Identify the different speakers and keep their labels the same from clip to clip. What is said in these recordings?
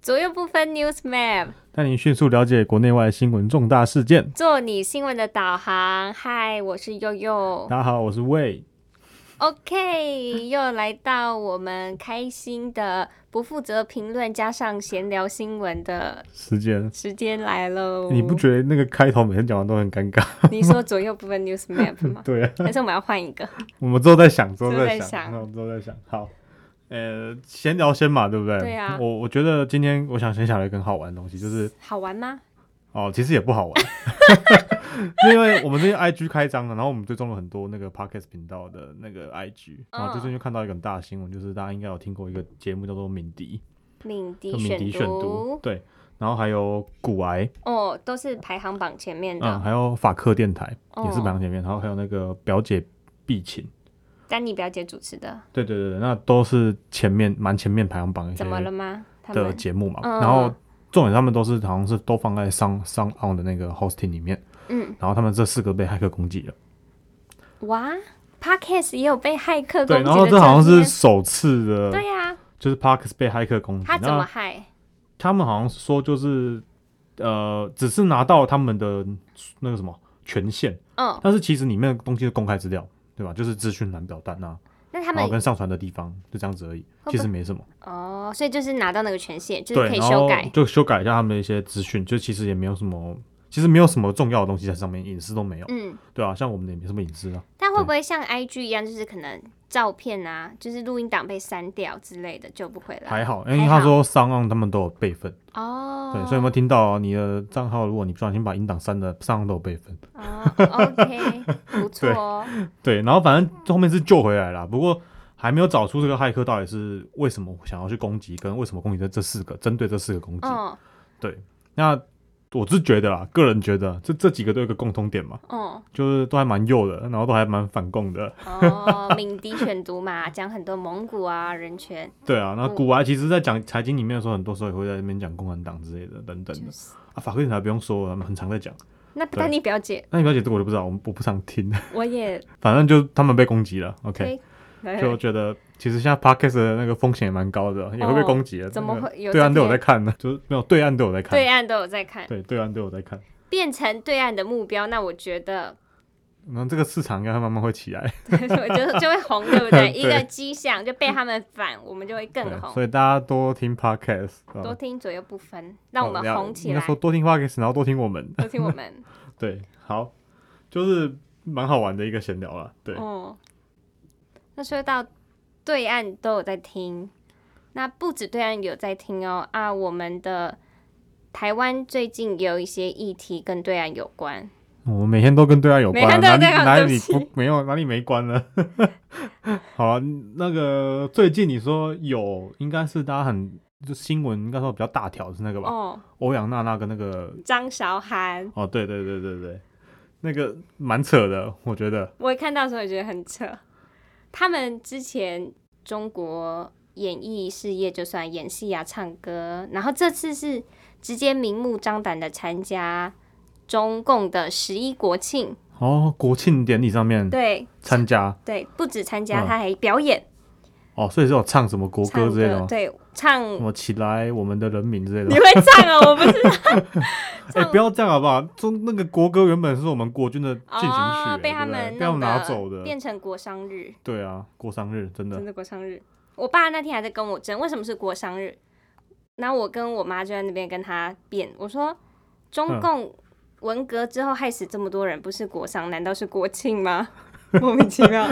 Speaker 1: 左右不分 News Map，
Speaker 2: 带您迅速了解国内外新闻重大事件。
Speaker 1: 做你新闻的导航。嗨，我是悠悠。
Speaker 2: 大家好，我是魏。
Speaker 1: OK，又来到我们开心的不负责评论加上闲聊新闻的
Speaker 2: 时间，
Speaker 1: 时间来喽。
Speaker 2: 你不觉得那个开头每天讲完都很尴 尬？？
Speaker 1: 你说左右不分 News Map 吗
Speaker 2: 对啊，
Speaker 1: 还是我们要换一个？
Speaker 2: 我们之后再想，之后
Speaker 1: 之后
Speaker 2: 再
Speaker 1: 再
Speaker 2: 想，
Speaker 1: 想
Speaker 2: 嗯之后再想。好，呃，闲聊先嘛，对不对？
Speaker 1: 对啊
Speaker 2: 我我觉得今天我想先想了一个很好玩的东西， 就是
Speaker 1: 好玩吗？
Speaker 2: 哦，其实也不 好玩，因为我们最近 IG 开张了，然后我们追踪了很多那个 Podcast 频道的那个 IG，然后最近就看到一个很大的新闻，就是大家应该有听过一个节目叫做敏迪，
Speaker 1: 敏迪
Speaker 2: 就敏迪
Speaker 1: 选
Speaker 2: 选读，对，然后还有骨癌，
Speaker 1: 哦，都是排行榜前面
Speaker 2: 嗯，
Speaker 1: 的。
Speaker 2: 还有法克电台也是
Speaker 1: 哦
Speaker 2: 排行前面，然后还有那个表姐必请。
Speaker 1: 丹尼表姐主持的，
Speaker 2: 对对对，对那都是前面蛮前面排行榜一些
Speaker 1: 怎么了吗？他
Speaker 2: 的
Speaker 1: 们
Speaker 2: 节目嘛，
Speaker 1: 嗯
Speaker 2: 然后重点他们都是好像是都放在上上 on 的那个 hosting 里面，
Speaker 1: 嗯，
Speaker 2: 然后他们这四个被骇客攻击了。
Speaker 1: 哇，Podcast 也有被骇客攻
Speaker 2: 对，
Speaker 1: 击的
Speaker 2: 然后
Speaker 1: 这
Speaker 2: 这好像
Speaker 1: 经
Speaker 2: 是
Speaker 1: 验
Speaker 2: 首次的，
Speaker 1: 对啊呀、
Speaker 2: 就是 Parks 被骇客攻击。
Speaker 1: 他怎么
Speaker 2: 那
Speaker 1: 害？
Speaker 2: 他们好像说就是呃，只是拿到他们的那个什么权限，
Speaker 1: 嗯，
Speaker 2: 但是其实里面的东西是公开资料，对吧？就是资讯栏表单啊，
Speaker 1: 那他
Speaker 2: 然
Speaker 1: 们
Speaker 2: 后跟上传的地方就这样子而已，
Speaker 1: 会不会
Speaker 2: 其实没什么。
Speaker 1: 哦，所以就是拿到那个权限，就是
Speaker 2: 对，
Speaker 1: 可以
Speaker 2: 然
Speaker 1: 修
Speaker 2: 后
Speaker 1: 改。
Speaker 2: 就修改一下他们的一些资讯，就其实也没有什么。其实没有什么重要的东西在上面，隐私都没有，
Speaker 1: 嗯，
Speaker 2: 对啊，像我们的也没什么隐私啊，
Speaker 1: 但会不会像 IG 一样，就是可能照片啊，就是录音档被删掉之类的，救不回来？
Speaker 2: 还好，因为他
Speaker 1: 啊还好
Speaker 2: 说上岸他们都有备份，
Speaker 1: 哦，
Speaker 2: 对，所以有没有听到啊你的账号？如果你不小心把音档删了，上岸都有备份。
Speaker 1: 哦，OK，不 错哦。
Speaker 2: 对，然后反正后面是救回来了，不过还没有找出这个骇客到底是为什么想要去攻击，跟为什么攻击这这四个，针对这四个攻击。
Speaker 1: 哦，
Speaker 2: 那我是觉得啦，个人觉得这这几个都有一个共通点嘛，
Speaker 1: 哦，
Speaker 2: 就是都还蛮右的，然后都还蛮反共的。
Speaker 1: 哦，敏迪选读嘛， 讲很多蒙古啊、人权，
Speaker 2: 对啊，那
Speaker 1: 嗯
Speaker 2: 古玩其实在讲财经里面的时候，很多时候也会在那边讲共产党之类的等等
Speaker 1: 就
Speaker 2: 的
Speaker 1: 是。
Speaker 2: 啊，法律电台不用说了，他们很常在讲。
Speaker 1: 那
Speaker 2: 对
Speaker 1: 丹尼表姐，
Speaker 2: 那你了解这个我就不知道，我我不常听。
Speaker 1: 我也
Speaker 2: 反正就他们被攻击了，OK。
Speaker 1: 推，来
Speaker 2: 就觉得其实现在 podcast 的那个风险也蛮高的，也会被攻击的。
Speaker 1: 哦怎么会
Speaker 2: 那个
Speaker 1: 有这
Speaker 2: 对岸都有
Speaker 1: 篇
Speaker 2: 在看呢，就是没有对岸都有在看。
Speaker 1: 对啊岸都有在看，
Speaker 2: 对对岸都有在看。
Speaker 1: 变成对岸的目标，那我觉得
Speaker 2: 然后这个市场应该慢慢会起来，
Speaker 1: 我就就会红，对不对？
Speaker 2: 对
Speaker 1: 一个迹象就被他们反，我们就会更
Speaker 2: 对
Speaker 1: 红。
Speaker 2: 所以大家多听 podcast，是吧
Speaker 1: 哦多听左右不分，让我们
Speaker 2: 哦
Speaker 1: 红起
Speaker 2: 应
Speaker 1: 来
Speaker 2: 该。说多听 podcast，然后多听我们。
Speaker 1: 多听我们，
Speaker 2: 对，好，就是蛮好玩的一个闲聊啦。 对，
Speaker 1: 哦。那说到对岸都有在听，那不止对岸有在听哦啊，我们的台湾最近也有一些议题跟对岸有关。
Speaker 2: 我们每天都跟对岸有关啊，
Speaker 1: 每天都
Speaker 2: 哪
Speaker 1: 有对
Speaker 2: 里
Speaker 1: 岸
Speaker 2: 哪
Speaker 1: 对
Speaker 2: 里
Speaker 1: 不起
Speaker 2: 不没有哪里没关呢？ 好啊，那个最近你说有，应该是大家很就新闻应该说比较大条的是那个吧？
Speaker 1: 哦，
Speaker 2: 欧阳娜娜跟那个
Speaker 1: 张韶涵，
Speaker 2: 哦，对对对对对，那个蛮扯的，我觉得。
Speaker 1: 我看到的时候也觉得很扯。他们之前中国演艺事业就算演戏啊、唱歌，然后这次是直接明目张胆的参加中共的十一国庆，
Speaker 2: 哦，国庆典礼上面
Speaker 1: 对
Speaker 2: 参加
Speaker 1: 对，不止参加，
Speaker 2: 嗯
Speaker 1: 他还表演、
Speaker 2: 哦，所以是有唱什么国
Speaker 1: 唱
Speaker 2: 歌嗯之类的
Speaker 1: 歌，
Speaker 2: 吗？
Speaker 1: 对，唱
Speaker 2: 什 么起来，我们的人民之类的
Speaker 1: 你
Speaker 2: 吗。
Speaker 1: 会唱哦，我不知道
Speaker 2: 哎、
Speaker 1: 唱
Speaker 2: 不要这样好不好？中那个国歌原本是我们国军的进行曲、
Speaker 1: 哦，被
Speaker 2: 哎
Speaker 1: 他
Speaker 2: 对不对
Speaker 1: 们
Speaker 2: 被他们
Speaker 1: 弄
Speaker 2: 拿
Speaker 1: 得
Speaker 2: 走的。
Speaker 1: 变成国殇日。
Speaker 2: 对啊，过生日真的
Speaker 1: 真的国殇日。我爸那天还在跟我争，为什么是国殇日？然后我跟我妈就在那边跟他辩，我说中
Speaker 2: 嗯
Speaker 1: 共文革之后害死这么多人，不是国殇，难道是国庆吗？ 莫名其 妙。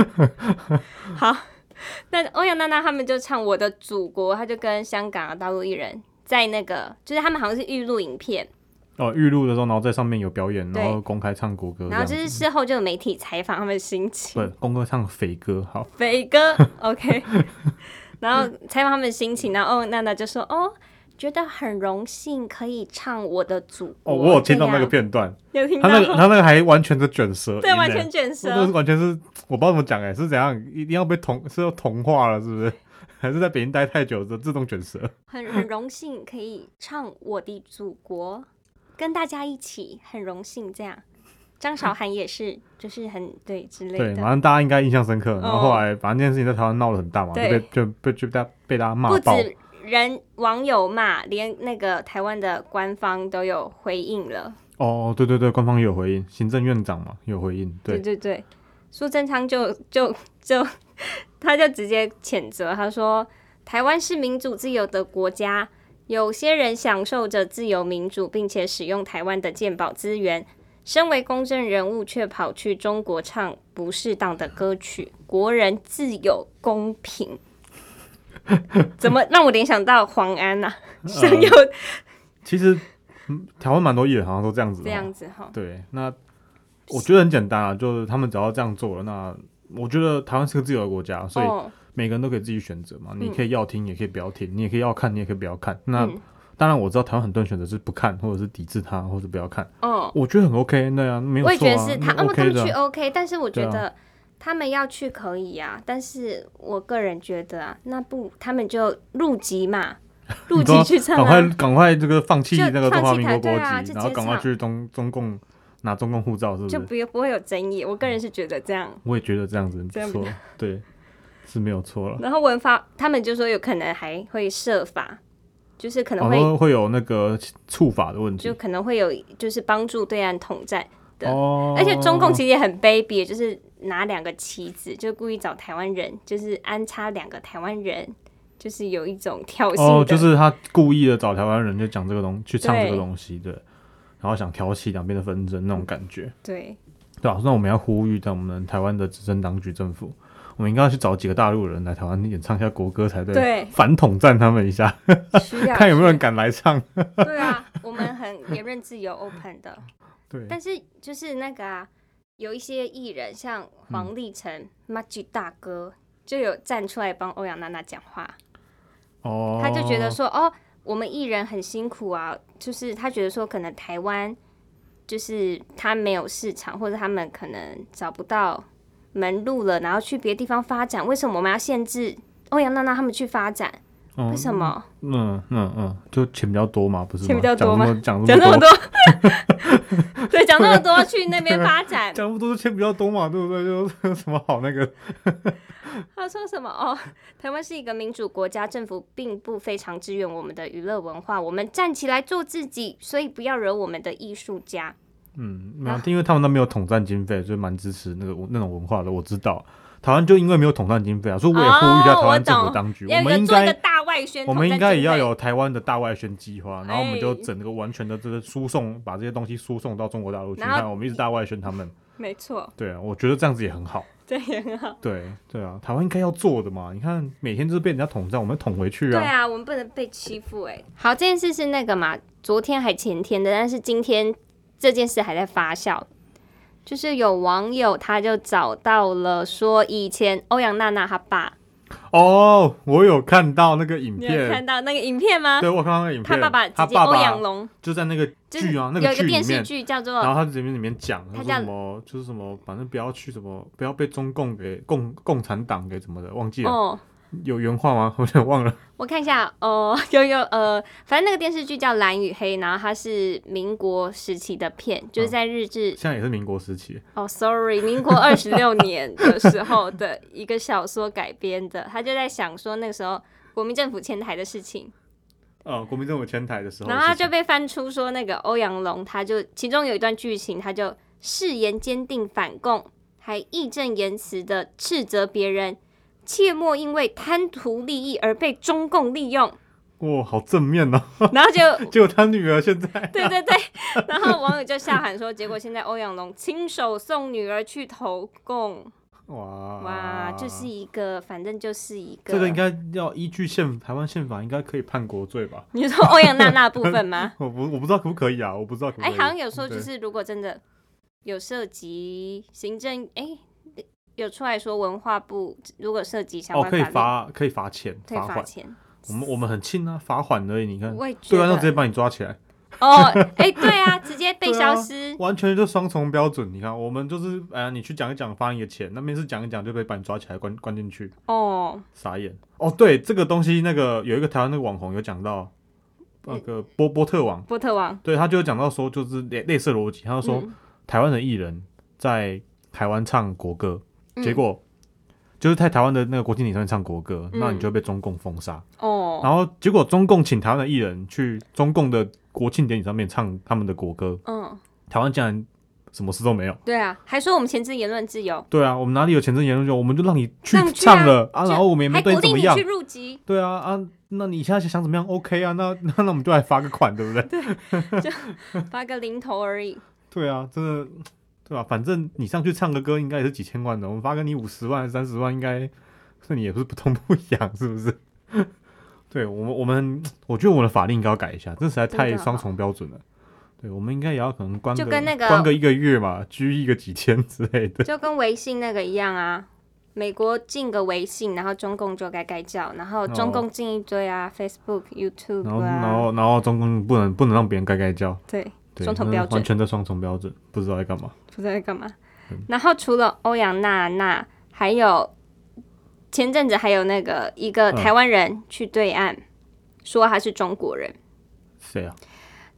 Speaker 1: 好，那欧阳娜娜他们就唱《我的祖国》，他就跟香港啊大陆艺人在那个，就是他们好像是预录影片，
Speaker 2: 哦，预录的时候，然后在上面有表演，
Speaker 1: 对
Speaker 2: 然后公开唱国歌这
Speaker 1: 然后
Speaker 2: 样
Speaker 1: 就
Speaker 2: 子，
Speaker 1: 是事后就有媒体采访他们的心情。
Speaker 2: 对，公歌唱匪歌，好，
Speaker 1: 肥哥 ，OK。然后采访他们的心情，然后哦娜娜就说：“哦，觉得很荣幸可以唱我的祖国。”
Speaker 2: 哦，我有听到那个
Speaker 1: 这
Speaker 2: 片段，
Speaker 1: 样，有听
Speaker 2: 他
Speaker 1: 到
Speaker 2: 那个
Speaker 1: 吗，
Speaker 2: 他那个还完全的卷舌音
Speaker 1: 对，
Speaker 2: 欸，
Speaker 1: 完全卷
Speaker 2: 我这
Speaker 1: 舌
Speaker 2: 是。完全是我不知道怎么讲哎、是怎样一定要被同是要同化了是不是？ 还是在北京待太久的自动卷舌？
Speaker 1: 很很荣幸可以唱我的祖国，跟大家一起，很荣幸这样。张韶涵也是，就是很对之类
Speaker 2: 对，
Speaker 1: 的。
Speaker 2: 反正大家应该印象深刻。然后
Speaker 1: 哦
Speaker 2: 后来，反正这件事情在台湾闹得很大嘛，就
Speaker 1: 对
Speaker 2: 被就被就被大家被大家骂
Speaker 1: 不
Speaker 2: 爆。
Speaker 1: 止人网友骂，连那个台湾的官方都有回应了。
Speaker 2: 哦，对对对，官方也有回应，行政院长嘛有回应，
Speaker 1: 对
Speaker 2: 对，
Speaker 1: 对对，苏贞昌就就就他就直接谴责，他说台湾是民主自由的国家，有些人享受着自由民主，并且使用台湾的健保资源。身为公正人物，却跑去中国唱不适当的歌曲，国人自有公平。怎么让我联想到黄安呐、
Speaker 2: 嗯
Speaker 1: 想要
Speaker 2: 其实、嗯、台湾蛮多艺人好像都这样子，哦
Speaker 1: 这样，子哈？
Speaker 2: 对，那我觉得很简单啊，就是他们只要这样做了，那我觉得台湾是个自由的国家，所以
Speaker 1: 哦，
Speaker 2: 每个人都可以自己选择嘛，你
Speaker 1: 嗯
Speaker 2: 可以要听，也可以不要听，你也可以要看，你也可以不要看。那、
Speaker 1: 嗯
Speaker 2: 当然我知道台湾很多人选择是不看，或者是抵制它，或者不要看，
Speaker 1: 哦，
Speaker 2: 我觉得很 OK，那样没有
Speaker 1: 我也
Speaker 2: 错
Speaker 1: 觉得
Speaker 2: 啊，
Speaker 1: 是
Speaker 2: 那
Speaker 1: 他，哦，他
Speaker 2: OK
Speaker 1: 们
Speaker 2: 的
Speaker 1: 去
Speaker 2: 啊。
Speaker 1: OK，但是我觉
Speaker 2: 对啊
Speaker 1: 得他们要去可以啊，但是我个人觉得啊，那不他们就入籍 嘛，入
Speaker 2: 你说
Speaker 1: 籍去唱
Speaker 2: 赶快
Speaker 1: 啊，
Speaker 2: 赶快这个放弃
Speaker 1: 就
Speaker 2: 那个中华
Speaker 1: 放弃
Speaker 2: 民
Speaker 1: 台
Speaker 2: 国国
Speaker 1: 对
Speaker 2: 籍，
Speaker 1: 啊就直接
Speaker 2: 然后赶快
Speaker 1: 唱
Speaker 2: 去中中共拿中共护照，是不？
Speaker 1: 就是不用不会有争议。我个人是觉得这样。
Speaker 2: 我也觉得这样子很
Speaker 1: 这样
Speaker 2: 不
Speaker 1: 比
Speaker 2: 错，对，是没有错了。
Speaker 1: 然后文发他们就说有可能还会设法，就是可能
Speaker 2: 好
Speaker 1: 会、
Speaker 2: 像会有那个触法的问题
Speaker 1: 就可能会有就是帮助对岸统战，的
Speaker 2: 哦，
Speaker 1: 而且中共其实也很卑鄙，就是拿两个旗子，就故意找台湾人，就是安插两个台湾人，就是有一种挑衅的。
Speaker 2: 哦，就是他故意的找台湾人就讲这个东，去唱这个
Speaker 1: 对
Speaker 2: 东西，对，然后想挑起两边的纷争那种感觉，
Speaker 1: 对，
Speaker 2: 对啊吧、那我们要呼吁到我们台湾的执政当局政府，我们应该要去找几个大陆人来台湾演唱一下国歌才对，
Speaker 1: 对
Speaker 2: 反统战他们一下，
Speaker 1: 需要
Speaker 2: 看有没有人敢来唱。
Speaker 1: 对啊，我们很言论自由 open 的，
Speaker 2: 对，
Speaker 1: 但是就是那个啊，有一些艺人像黄立成、Maggie 大哥，就有站出来帮欧阳娜娜讲话，
Speaker 2: 哦，
Speaker 1: 他就觉得说哦，我们艺人很辛苦啊，就是他觉得说可能台湾就是他没有市场，或者他们可能找不到门路了，然后去别的地方发展，为什么我们要限制欧阳娜娜他们去发展？
Speaker 2: 嗯
Speaker 1: 为什么？
Speaker 2: 嗯嗯嗯，就钱比较多嘛，不是吗？
Speaker 1: 钱比较多吗
Speaker 2: 讲这
Speaker 1: 讲
Speaker 2: 么
Speaker 1: 这么
Speaker 2: 讲
Speaker 1: 多， 对，讲这么多去那
Speaker 2: 啊
Speaker 1: 边发展。
Speaker 2: 讲那么多，就钱比较多嘛，对不对？就 有什么好那个？
Speaker 1: 他说什么？哦，台湾是一个民主国家，政府并不非常支援我们的娱乐文化，我们站起来做自己，所以不要惹我们的艺术家。
Speaker 2: 嗯，没有，因为他们那边有统战经费，所以蛮支持那个文那种文化的。我知道，台湾就因为没有统战经费啊，所以我也呼吁一下
Speaker 1: 哦
Speaker 2: 台
Speaker 1: 我
Speaker 2: 湾
Speaker 1: 懂
Speaker 2: 政府当局，
Speaker 1: 要
Speaker 2: 我
Speaker 1: 有一个
Speaker 2: 们应
Speaker 1: 做一个
Speaker 2: 该
Speaker 1: 大外宣，
Speaker 2: 我们应该也要。有台湾的大外宣计划，然后我们就
Speaker 1: 哎
Speaker 2: 整个完全的这个输送，把这些东西输送到中国大陆去。你
Speaker 1: 然后
Speaker 2: 看，我们一直大外宣他们，
Speaker 1: 没错，
Speaker 2: 对啊，我觉得这样子也很好。
Speaker 1: 这也很好。
Speaker 2: 对对啊，台湾应该要做的嘛。你看，每天就是被人家统战，我们要统回去
Speaker 1: 对
Speaker 2: 啊。
Speaker 1: 啊，我们不能被欺负哎、好，这件事是那个嘛，昨天还前天的，但是今天这件事还在发酵。就是有网友他就找到了说，以前欧阳娜娜她爸，
Speaker 2: 哦，我有看到那个影
Speaker 1: 你有看
Speaker 2: 片，
Speaker 1: 到那个影片吗？
Speaker 2: 对我有看到那个影片，
Speaker 1: 他爸爸
Speaker 2: 他
Speaker 1: 直接
Speaker 2: 爸
Speaker 1: 欧阳
Speaker 2: 爸
Speaker 1: 龙，
Speaker 2: 就在那个
Speaker 1: 就是
Speaker 2: 剧啊，那
Speaker 1: 有一
Speaker 2: 剧
Speaker 1: 个
Speaker 2: 里
Speaker 1: 电视
Speaker 2: 面，
Speaker 1: 剧叫做
Speaker 2: 然后他在里面里面讲，
Speaker 1: 他
Speaker 2: 他说
Speaker 1: 叫
Speaker 2: 什么就是什么，反正不要去什么，不要被中共给共共产党给什么的，忘记了、
Speaker 1: 哦，
Speaker 2: 有原话吗？我 有点忘了。
Speaker 1: 我看一下哦， 有有呃，反正那个电视剧叫《蓝与黑》，然后它是民国时期的片，
Speaker 2: 嗯
Speaker 1: 就是在日治、
Speaker 2: 现在也是民国时期，
Speaker 1: 哦，sorry，民 国二十六年的时候的一个小说改编的，他就在想说那个时候。国民政府迁台的事情，
Speaker 2: 呃，国民政府迁台的时候的
Speaker 1: 然
Speaker 2: 事情，
Speaker 1: 后他就被翻出说那个欧阳龙，他就其中有一段剧情，他就誓言坚定反共，还义正言辞的斥责别人，切莫因为贪图利益而被中共利用。
Speaker 2: 哇，好正面哦！
Speaker 1: 然后就
Speaker 2: 结果他女儿现在
Speaker 1: 对对对，然后网友就下喊说，结果现在欧阳龙亲手送女儿去投共，
Speaker 2: 哇
Speaker 1: 哇，这是一个，反正就是一个。
Speaker 2: 啊这个应该要依据宪台湾宪法应该可以判国罪吧？？
Speaker 1: 你说欧阳娜娜部分吗
Speaker 2: 我不我不知道可不可以啊，我不知道可不可
Speaker 1: 哎，
Speaker 2: 以。
Speaker 1: 好像有时候就
Speaker 2: 对
Speaker 1: 是如果真的有涉及行政，哎，有出来说文化部如果涉及相
Speaker 2: 哦，
Speaker 1: 关
Speaker 2: 可以
Speaker 1: 法律，
Speaker 2: 罚可以罚钱
Speaker 1: 可以
Speaker 2: 罚
Speaker 1: 罚
Speaker 2: 款。
Speaker 1: 钱。
Speaker 2: 我们我们很轻啊，罚款而已。你看，
Speaker 1: 我也觉
Speaker 2: 对啊，那直接
Speaker 1: 得
Speaker 2: 把你抓起来，
Speaker 1: 哦，哎，对啊，直接被
Speaker 2: 对啊
Speaker 1: 消 失。
Speaker 2: 完全就双重标准。你看，我们就是哎呀、你去讲一讲发一个钱，那边是讲一讲就被把你抓起来关关进去，
Speaker 1: 哦，
Speaker 2: 傻眼。哦，对，这个东西那个有一个台湾那个网红有讲到那个
Speaker 1: 嗯
Speaker 2: 波波特网，
Speaker 1: 波特王
Speaker 2: 对他就有讲到说就是类类似的逻辑，他就说、
Speaker 1: 嗯
Speaker 2: 台湾的艺人在台湾唱国歌，
Speaker 1: 嗯
Speaker 2: 结果。就是在台湾的那个国庆礼上面唱国歌，
Speaker 1: 嗯
Speaker 2: 那你就会被中共封杀。
Speaker 1: 哦，
Speaker 2: 然后结果中共请台湾的艺人去中共的国庆典礼上面唱他们的国歌，
Speaker 1: 嗯，
Speaker 2: 台湾竟然什么事都没有。
Speaker 1: 对啊，还说我们前置言论自由，
Speaker 2: 对啊，我们哪里有前证言论就我们就让你去
Speaker 1: 让你去啊
Speaker 2: 唱了啊
Speaker 1: 就
Speaker 2: 然后我们也没
Speaker 1: 还
Speaker 2: 对
Speaker 1: 鼓
Speaker 2: 怎
Speaker 1: 励
Speaker 2: 么
Speaker 1: 你
Speaker 2: 样
Speaker 1: 去。入籍，
Speaker 2: 对啊啊，那你现在想怎么样？OK 啊，那 那那我们就来发个款，对不对？ 对
Speaker 1: 发个零头而 已。
Speaker 2: 啊，真的，对吧、反正你上去唱个歌，应该也是几千万的，我们发给你五十万、三十万，应该对你也不是不痛不痒，是不是？ 对我们，我们我觉得我们的法令应该要改一下，这实在
Speaker 1: 真
Speaker 2: 太
Speaker 1: 的
Speaker 2: 双重标准了。对，我们应该也要可能关
Speaker 1: 就
Speaker 2: 个
Speaker 1: 跟那个啊
Speaker 2: 关个一个月嘛，拘役个几天之类的。
Speaker 1: 就跟微信那个一样啊，美国禁个微信，然后中共就该该叫，然后中共禁一堆啊、f a c e b o o k YouTube
Speaker 2: 哦然后，
Speaker 1: 啊，
Speaker 2: 然后，然后中共不能不能让别人盖盖叫，
Speaker 1: 对，
Speaker 2: 对，
Speaker 1: 双重
Speaker 2: 那
Speaker 1: 标准
Speaker 2: 完全在双重标准，不知道在干嘛。
Speaker 1: 不知道在干嘛。
Speaker 2: 嗯
Speaker 1: 然后除了欧阳娜娜，还有前阵子还有那个一个
Speaker 2: 嗯
Speaker 1: 台湾人去对岸、说他是中国人，
Speaker 2: 谁啊？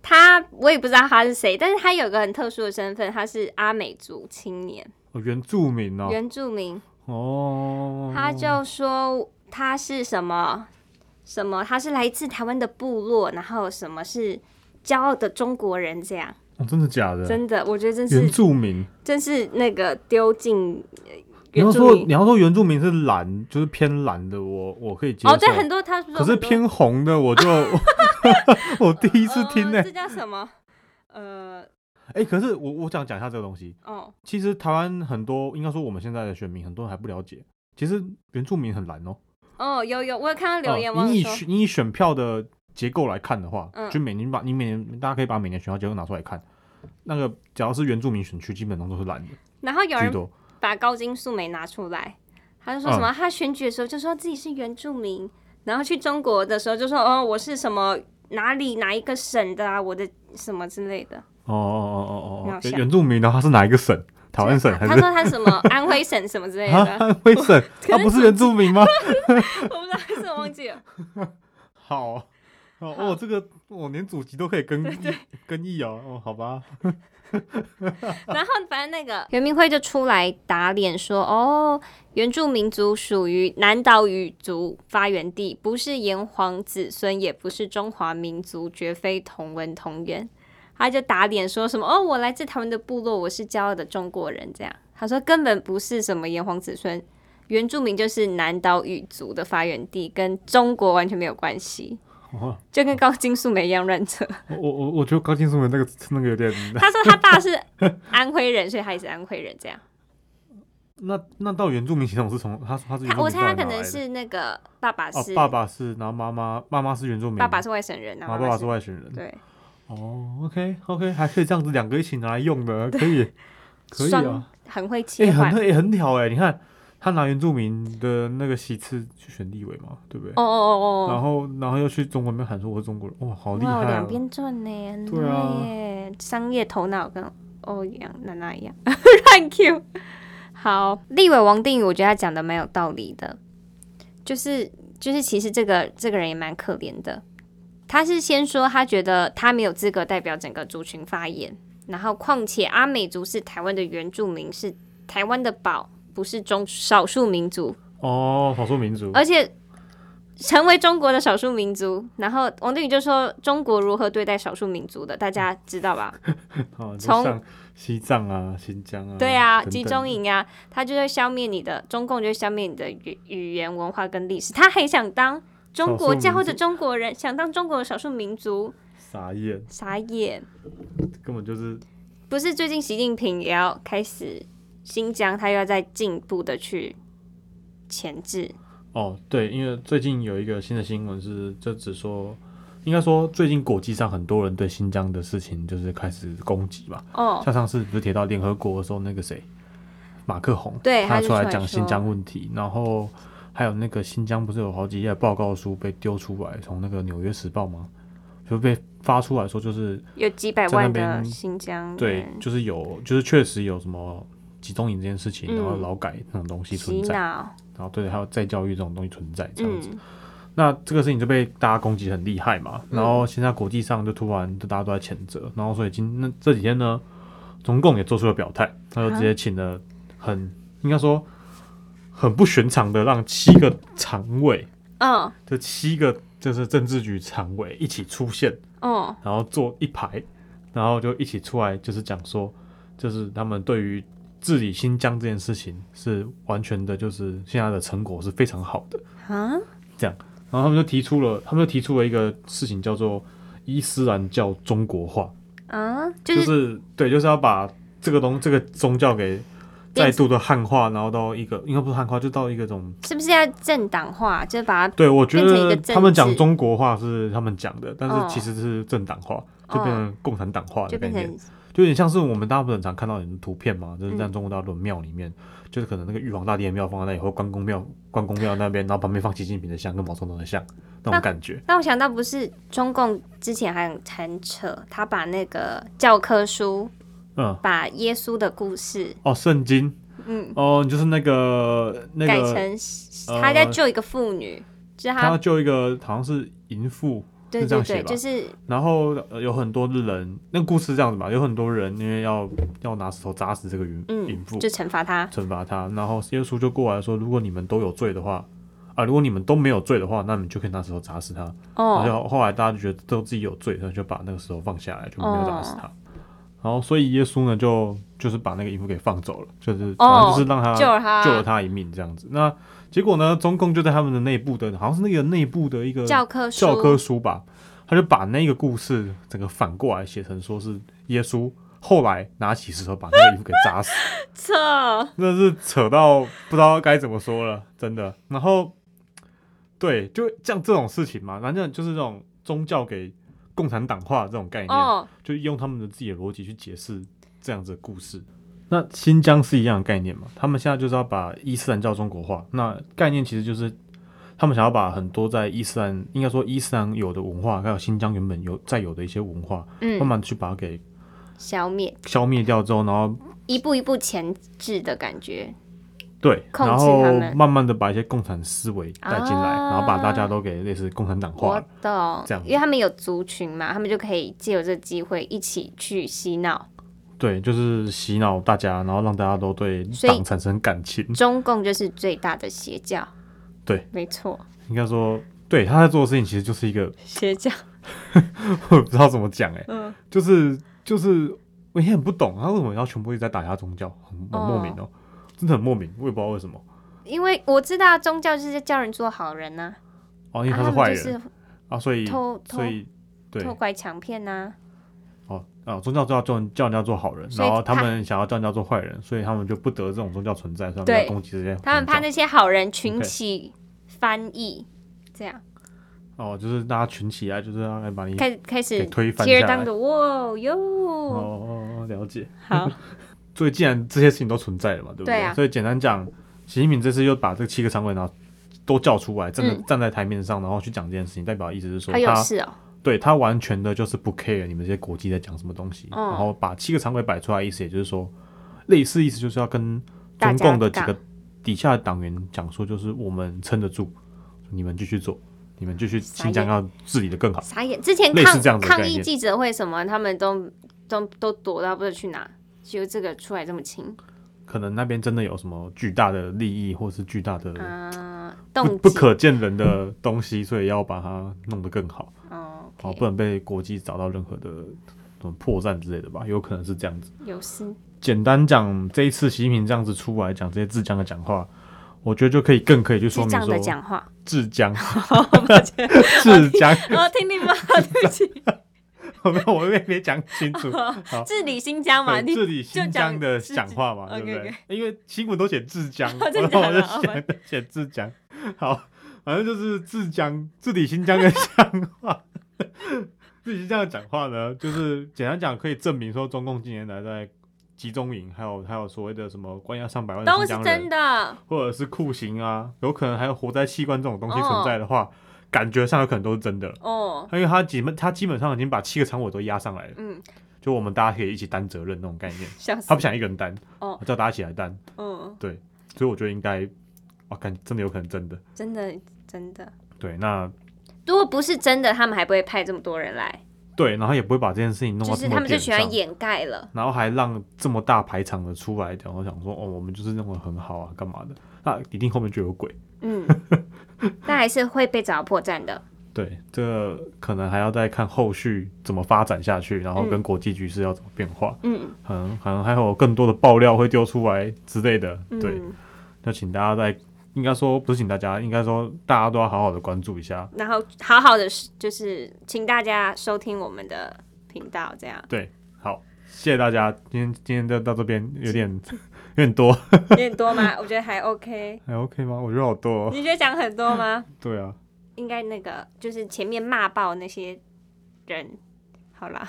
Speaker 1: 他我也不知道他是谁，但是他有个很特殊的身份，他是阿美族青年、
Speaker 2: 哦，原住民哦，
Speaker 1: 原住民。
Speaker 2: 哦，
Speaker 1: 他就说他是什么什么，他是来自台湾的部落，然后什么是骄傲的中国人，这样
Speaker 2: 哦，真的假的？
Speaker 1: 真的，我觉得真
Speaker 2: 原
Speaker 1: 是
Speaker 2: 住民，
Speaker 1: 真是那个丢进呃
Speaker 2: 你
Speaker 1: 原
Speaker 2: 要
Speaker 1: 住
Speaker 2: 说
Speaker 1: 民
Speaker 2: 你要说原住民是蓝，就是偏蓝的，我我可以接受。
Speaker 1: 哦，对，很多他说
Speaker 2: 可是
Speaker 1: 很多
Speaker 2: 偏红的我 就 我第一次听呢、
Speaker 1: 呃
Speaker 2: 欸。
Speaker 1: 这叫什么？呃，
Speaker 2: 哎、可是我我想讲一下这个东西。
Speaker 1: 哦，
Speaker 2: 其实台湾很多，应该说我们现在的选民很多人还不了解，其实原住民很蓝哦。
Speaker 1: 哦，有有，我有看到留言，
Speaker 2: 呃
Speaker 1: 忘
Speaker 2: 你
Speaker 1: 了
Speaker 2: 以
Speaker 1: 说，
Speaker 2: 选你以选票的结构来看的话，
Speaker 1: 嗯
Speaker 2: 就每年把你每年大家可以把每年选票结构拿出来看，那个只要是原住民选区，基本上都是蓝的
Speaker 1: 然后有
Speaker 2: 居
Speaker 1: 人
Speaker 2: 多。
Speaker 1: 把高金素梅拿出来，他就说
Speaker 2: 啊
Speaker 1: 什么、他选举的时候就说自己是原住民，然后去中国的时候就说哦我是什么哪里哪一个省的啊，我的什么之类的。
Speaker 2: 哦哦哦
Speaker 1: 没
Speaker 2: 哦
Speaker 1: 有
Speaker 2: 哦哦，
Speaker 1: 想
Speaker 2: 原住民，然后他是哪一个省？台湾省还
Speaker 1: 他
Speaker 2: 是
Speaker 1: 说他什么安徽省什么之类
Speaker 2: 啊
Speaker 1: 的，
Speaker 2: 安徽 省？他不是原住民吗？
Speaker 1: 我不知道是我忘记了。
Speaker 2: 好哦哦，这个我连祖籍都可以更易更易哦。哦，好 吧，
Speaker 1: 然后反正那个袁明辉就出来打脸说哦原住民族属于南岛语族发源地，不是炎黄子孙，也不是中华民族，绝非同文同源。他就打脸说什么哦，我来自他们的部落，我是骄傲的中国人。这样他说根本不是什么炎黄子孙，原住民就是南岛语族的发源地，跟中国完全没有关系，
Speaker 2: 哦
Speaker 1: 就跟高金素梅一样乱扯。
Speaker 2: 我我我我觉得高金素梅那个那个有点，
Speaker 1: 他说他爸是安徽人，所以他也是安徽人。这样。
Speaker 2: 那那到底原住民系统是从他他是原
Speaker 1: 他哎
Speaker 2: 住
Speaker 1: 我
Speaker 2: 民
Speaker 1: 猜
Speaker 2: 到
Speaker 1: 哦他
Speaker 2: 底
Speaker 1: 可
Speaker 2: 哪来
Speaker 1: 能
Speaker 2: 的
Speaker 1: 是那个爸爸
Speaker 2: 哦
Speaker 1: 是、，
Speaker 2: 爸爸是，然后妈妈妈妈是原住民，
Speaker 1: 爸爸是外省人，然
Speaker 2: 然后
Speaker 1: 后
Speaker 2: 爸
Speaker 1: 妈妈
Speaker 2: 爸是外省人。
Speaker 1: 对
Speaker 2: 哦，OK OK，还可以这样子两个一起拿来用的，可以，可以
Speaker 1: 双
Speaker 2: 啊，
Speaker 1: 很会切
Speaker 2: 哎，
Speaker 1: 换。
Speaker 2: 很也很屌哎，你看他拿原住民的那个席次去选立委嘛，对不对？
Speaker 1: 哦哦
Speaker 2: 然
Speaker 1: 哦哦，
Speaker 2: 后然后又去中国那边喊说我是中国人，哇，好厉害
Speaker 1: 哇，
Speaker 2: 啊
Speaker 1: 两！边转呢，很
Speaker 2: 对啊
Speaker 1: 累耶，商业头脑跟欧阳娜娜一样， 乱 Q。好，立委王定宇，我觉得他讲的蛮有道理的，就是就是其实这个这个人也蛮可怜的。他是先说他觉得他没有资格代表整个族群发言，然后况且阿美族是台湾的原住民，是台湾的宝，不是中少数民族，
Speaker 2: 哦，少数民族，
Speaker 1: 而且成为中国的少数民族。然后王定宇就说中国如何对待少数民族的，大
Speaker 2: 嗯
Speaker 1: 家知道吧？
Speaker 2: 啊就
Speaker 1: 从
Speaker 2: 像西藏啊、新疆啊，
Speaker 1: 对啊，
Speaker 2: 等
Speaker 1: 集
Speaker 2: 等
Speaker 1: 中营啊，他就会消灭你的中共，就会消灭你的语语言、文化跟历史。他很想当中国
Speaker 2: 少
Speaker 1: 家
Speaker 2: 数民族
Speaker 1: 或者中国人，想当中国的少数民族，
Speaker 2: 傻眼，
Speaker 1: 傻眼。
Speaker 2: 根本就是
Speaker 1: 不是最近习近平也要开始新疆，他又要再进一步的去钳制。
Speaker 2: 哦，对，因为最近有一个新的新闻是，就只说，应该说最近国际上很多人对新疆的事情就是开始攻击嘛，
Speaker 1: 哦，
Speaker 2: 像上次不是提到联合国的时候，那个谁，马克宏，
Speaker 1: 对他
Speaker 2: 他
Speaker 1: 就
Speaker 2: 出来
Speaker 1: 出来
Speaker 2: 讲新
Speaker 1: 说
Speaker 2: 疆问题，然后还有那个新疆不是有好几页报告书被丢出来，从那个《纽约时报》吗？就被发出来说，就是
Speaker 1: 有几百万
Speaker 2: 在那
Speaker 1: 的
Speaker 2: 边
Speaker 1: 新疆人
Speaker 2: 对，就是有，就是确实有什么集中营这件事情，然后
Speaker 1: 嗯
Speaker 2: 劳改那种东西
Speaker 1: 洗
Speaker 2: 存在，
Speaker 1: 脑，
Speaker 2: 然后对，还有再教育这种东西存在，这样子。
Speaker 1: 嗯，
Speaker 2: 那这个事情就被大家攻击很厉害嘛，
Speaker 1: 嗯
Speaker 2: 然后现在国际上就突然就大家都在谴责，然后所以今那这几天呢，呃中共也做出了表态，他就直接请了很应该说很不寻常的让七个常委，
Speaker 1: 嗯
Speaker 2: 这七个就是政治局常委一起出现，
Speaker 1: 嗯
Speaker 2: 然后坐一排，然后就一起出来，就是讲说，就是他们对于治理新疆这件事情是完全的，就是现在的成果是非常好的。
Speaker 1: 啊，
Speaker 2: 然后他们就提出了，他们就提出了一个事情叫做伊斯兰教中国化，
Speaker 1: 啊，就
Speaker 2: 就是是对，就是要把这个东这个宗教给再
Speaker 1: 变
Speaker 2: 度的汉化，然后到一个应该不是汉化，就到一个种。
Speaker 1: 是不是要政党化，就是把它
Speaker 2: 对，我觉
Speaker 1: 变成一个
Speaker 2: 得
Speaker 1: 政
Speaker 2: 他们讲
Speaker 1: 治
Speaker 2: 中国话是他们讲的，但
Speaker 1: 哦
Speaker 2: 是其实是政党化，就变成共产党化的
Speaker 1: 就
Speaker 2: 概
Speaker 1: 变
Speaker 2: 念，
Speaker 1: 成
Speaker 2: 就有点像是我们大家不是很常看到的图片嘛，就是在
Speaker 1: 嗯
Speaker 2: 中国大陆的庙里面，就是可能那个玉皇大帝的庙放在那里，或关公庙关公庙那边，然后旁边放习近平的像跟毛泽东的像那
Speaker 1: 那
Speaker 2: 种感觉。
Speaker 1: 让我想到，不是中共之前还很很扯，他把那个教科书，
Speaker 2: 嗯，
Speaker 1: 把耶稣的故事，
Speaker 2: 哦，圣经，
Speaker 1: 嗯，
Speaker 2: 哦，就是那个那
Speaker 1: 改
Speaker 2: 个，
Speaker 1: 成
Speaker 2: 呃
Speaker 1: 他在救一个妇女，就是
Speaker 2: 他
Speaker 1: 他，
Speaker 2: 救一个好像是淫妇，
Speaker 1: 对
Speaker 2: 是这
Speaker 1: 对
Speaker 2: 样写
Speaker 1: 对，
Speaker 2: 吧
Speaker 1: 就是
Speaker 2: 然后、呃有很多人，那个故事是这样子嘛，有很多人因为要要拿石头砸死这个淫淫
Speaker 1: 嗯
Speaker 2: 妇，，
Speaker 1: 就惩罚他，
Speaker 2: 惩罚他。然后耶稣就过来说，如果你们都有罪的话，啊，如果你们都没有罪的话，那你们就可以拿石头砸死他。然
Speaker 1: 哦，
Speaker 2: 后后来大家就觉得都自己有罪，那就把那个石头放下来，就没有砸死
Speaker 1: 哦
Speaker 2: 他。然后所以耶稣呢，就就是把那个淫妇给放走了，就是
Speaker 1: 哦
Speaker 2: 反正就是让他
Speaker 1: 救了他，
Speaker 2: 救了他一命这样子。那结果呢，中共就在他们的内部的，好像是那个内部的一个
Speaker 1: 教科书，
Speaker 2: 教科书吧，他就把那个故事整个反过来写成说是耶稣后来拿起石头把那个衣服给砸死，
Speaker 1: 册，
Speaker 2: 真的是扯到不知道该怎么说了，真的。然后，对，就像这种事情嘛，反正就是这种宗教给共产党化的这种概念，
Speaker 1: 哦，
Speaker 2: 就用他们的自己的逻辑去解释这样子的故事。那新疆是一样的概念嘛？他们现在就是要把伊斯兰教中国化。那概念其实就是他们想要把很多在伊斯兰，应该说伊斯兰有的文化，还有新疆原本有在有的一些文化，慢
Speaker 1: 嗯，
Speaker 2: 慢去把它给
Speaker 1: 消灭，
Speaker 2: 消灭掉之后，然后
Speaker 1: 一步一步前置的感觉，
Speaker 2: 对，
Speaker 1: 控制
Speaker 2: 然
Speaker 1: 他
Speaker 2: 后
Speaker 1: 们
Speaker 2: 慢慢的把一些共产思维带进来，
Speaker 1: 啊
Speaker 2: 然后把大家都给类似共产党化
Speaker 1: 我
Speaker 2: 了。
Speaker 1: 懂
Speaker 2: 这样，子
Speaker 1: 因为他们有族群嘛，他们就可以借由这个机会一起去洗脑。
Speaker 2: 对，就是洗脑大家，然后让大家都对
Speaker 1: 所以
Speaker 2: 党产生感情。
Speaker 1: 中共就是最大的邪教。
Speaker 2: 对，
Speaker 1: 没错，
Speaker 2: 应该说，对他在做的事情其实就是一个
Speaker 1: 邪教。
Speaker 2: 我不知道怎么讲哎、
Speaker 1: 嗯
Speaker 2: 就是就是我也很不懂，他为什么要全部一直在打压宗教，很很莫名哦、真的很莫名，我也不知道为什么。
Speaker 1: 因为我知道宗教就是叫人做好人呐、
Speaker 2: 哦，
Speaker 1: 啊，
Speaker 2: 因为他是
Speaker 1: 们
Speaker 2: 坏
Speaker 1: 就
Speaker 2: 人
Speaker 1: 是
Speaker 2: 啊所以
Speaker 1: 偷偷
Speaker 2: 所以对
Speaker 1: 偷拐抢骗呐、
Speaker 2: 哦啊，宗教就要叫人叫人家做好人，
Speaker 1: 所以
Speaker 2: 然后他
Speaker 1: 他
Speaker 2: 们想要叫人家做坏人，所以他们就不得这种宗教存在，所以他们
Speaker 1: 对
Speaker 2: 要攻击这些宗教。
Speaker 1: 他们怕那些好人群起翻译，这样
Speaker 2: 哦，就是大家群起来，就是要来把你
Speaker 1: 开开
Speaker 2: 给
Speaker 1: 始
Speaker 2: 推翻
Speaker 1: 接着
Speaker 2: 下来
Speaker 1: 当。的哇哟，
Speaker 2: 哦，了解。
Speaker 1: 好，
Speaker 2: 所以既然这些事情都存在了嘛，对不对？
Speaker 1: 对啊
Speaker 2: 所以简单讲，习近平这次又把这七个常委呢都叫出来，站在、
Speaker 1: 嗯
Speaker 2: 站在台面上，然后去讲这件事情，代表意思是说
Speaker 1: 好有
Speaker 2: 他
Speaker 1: 事哦，
Speaker 2: 对他完全的就是不 care 你们这些国际在讲什么东西，
Speaker 1: 嗯
Speaker 2: 然后把七个常委摆出来，意思也就是说，类似意思就是要跟
Speaker 1: 大
Speaker 2: 中
Speaker 1: 家
Speaker 2: 共的几
Speaker 1: 杠
Speaker 2: 个底下的党员讲说，就是我们撑得住，你们继续做，你们继续
Speaker 1: 傻
Speaker 2: 新疆要治理的更好。
Speaker 1: 傻眼。之前
Speaker 2: 类似这样
Speaker 1: 抗
Speaker 2: 的
Speaker 1: 抗
Speaker 2: 概
Speaker 1: 议
Speaker 2: 念
Speaker 1: 记者会什么，他们都都都躲到不知道去哪，就这个出来这么轻
Speaker 2: 可能那边真的有什么巨大的利益，或是巨大的
Speaker 1: 啊，
Speaker 2: 不
Speaker 1: 动
Speaker 2: 不
Speaker 1: 机
Speaker 2: 可见人的东西，所以要把它弄得更好，
Speaker 1: 哦
Speaker 2: 好
Speaker 1: ，OK，
Speaker 2: 不能被国际找到任何的什么破绽之类的吧，有可能是这样子。
Speaker 1: 有事
Speaker 2: 简单讲，这一次习近平这样子出来讲这些治疆的讲话，我觉得就可以更可以去
Speaker 1: 智
Speaker 2: 说明
Speaker 1: 障的
Speaker 2: 说
Speaker 1: 讲 话。
Speaker 2: 治疆、
Speaker 1: 抱歉，
Speaker 2: 治疆，
Speaker 1: 哦，听 你妈，对不起，
Speaker 2: 我没有我没没讲清楚。好，
Speaker 1: 治理新疆嘛，
Speaker 2: 对
Speaker 1: 你
Speaker 2: 治理新疆的
Speaker 1: 治
Speaker 2: 讲话嘛，对不
Speaker 1: OK，OK
Speaker 2: 对？因为新闻都写治疆，
Speaker 1: 哦真
Speaker 2: 然
Speaker 1: 的
Speaker 2: 后我就
Speaker 1: 假的
Speaker 2: 写写治疆。好，反正就是治疆治理新疆的 讲话。治理新疆的讲话呢，就是简单讲可以证明说，中共近年来在集中营，还有还有所谓的什么关押上百万的
Speaker 1: 都
Speaker 2: 新
Speaker 1: 是
Speaker 2: 疆
Speaker 1: 真
Speaker 2: 人，
Speaker 1: 的，
Speaker 2: 或者是酷刑啊，有可能还有活摘器官这种东西存在的话，感觉上有可能都是真的了。
Speaker 1: 哦，
Speaker 2: 因为他基本他基本上已经把七个常委都压上来了，
Speaker 1: 嗯，
Speaker 2: 就我们大家可以一起担责任那种概念。
Speaker 1: 笑死
Speaker 2: 他，不想一个人担，
Speaker 1: 哦
Speaker 2: 叫大家一起来担，
Speaker 1: 嗯，
Speaker 2: 所以我觉得应该，哇，看真的有可能真的。
Speaker 1: 真的真的，
Speaker 2: 对，那
Speaker 1: 如果不是真的，他们还不会派这么多人来，
Speaker 2: 对，然后也不会把这件事情弄
Speaker 1: 就
Speaker 2: 到这
Speaker 1: 是
Speaker 2: 么
Speaker 1: 他们就
Speaker 2: 点
Speaker 1: 喜
Speaker 2: 上，
Speaker 1: 欢掩盖了，
Speaker 2: 然后还让这么大排场的出来，然后想说，哦，我们就是弄得很好啊，干嘛的？那一定后面就有鬼。
Speaker 1: 嗯，但还是会被找到破绽的。
Speaker 2: 对，这个可能还要再看后续怎么发展下去，然后跟国际局势要怎么变化，
Speaker 1: 嗯，
Speaker 2: 可能可能还有更多的爆料会丢出来之类的。对，
Speaker 1: 嗯，
Speaker 2: 那请大家在应该说不是请大家，应该说大家都要好好的关注一下。
Speaker 1: 然后好好的就是请大家收听我们的频道，这样
Speaker 2: 对，好，谢谢大家，今天今天就到这边，有点 有点多，
Speaker 1: 有点多吗？我觉得还 OK。
Speaker 2: 还 OK 吗？我觉得好多、哦。
Speaker 1: 你觉得讲很多吗？
Speaker 2: 对啊，
Speaker 1: 应该那个就是前面骂爆那些人，好啦，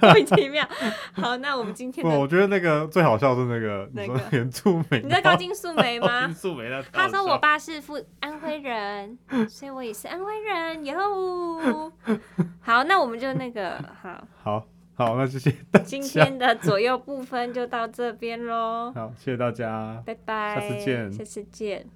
Speaker 1: 莫名其妙。好，那我们今天
Speaker 2: 不，
Speaker 1: 的
Speaker 2: 我觉得那个最好笑是那个
Speaker 1: 哪
Speaker 2: 你
Speaker 1: 个
Speaker 2: 说 原住民，
Speaker 1: 你知道高金素梅
Speaker 2: 高
Speaker 1: 吗
Speaker 2: 金？素梅那太好
Speaker 1: 他说
Speaker 2: 笑
Speaker 1: 我爸是富安徽人，所以我也是安徽人哟。好，那我们就那个好，
Speaker 2: 好好，那谢谢 大家，
Speaker 1: 今天的左右部分就到这边喽，
Speaker 2: 好，谢谢大家。
Speaker 1: 拜拜，
Speaker 2: 下次见
Speaker 1: 下次见。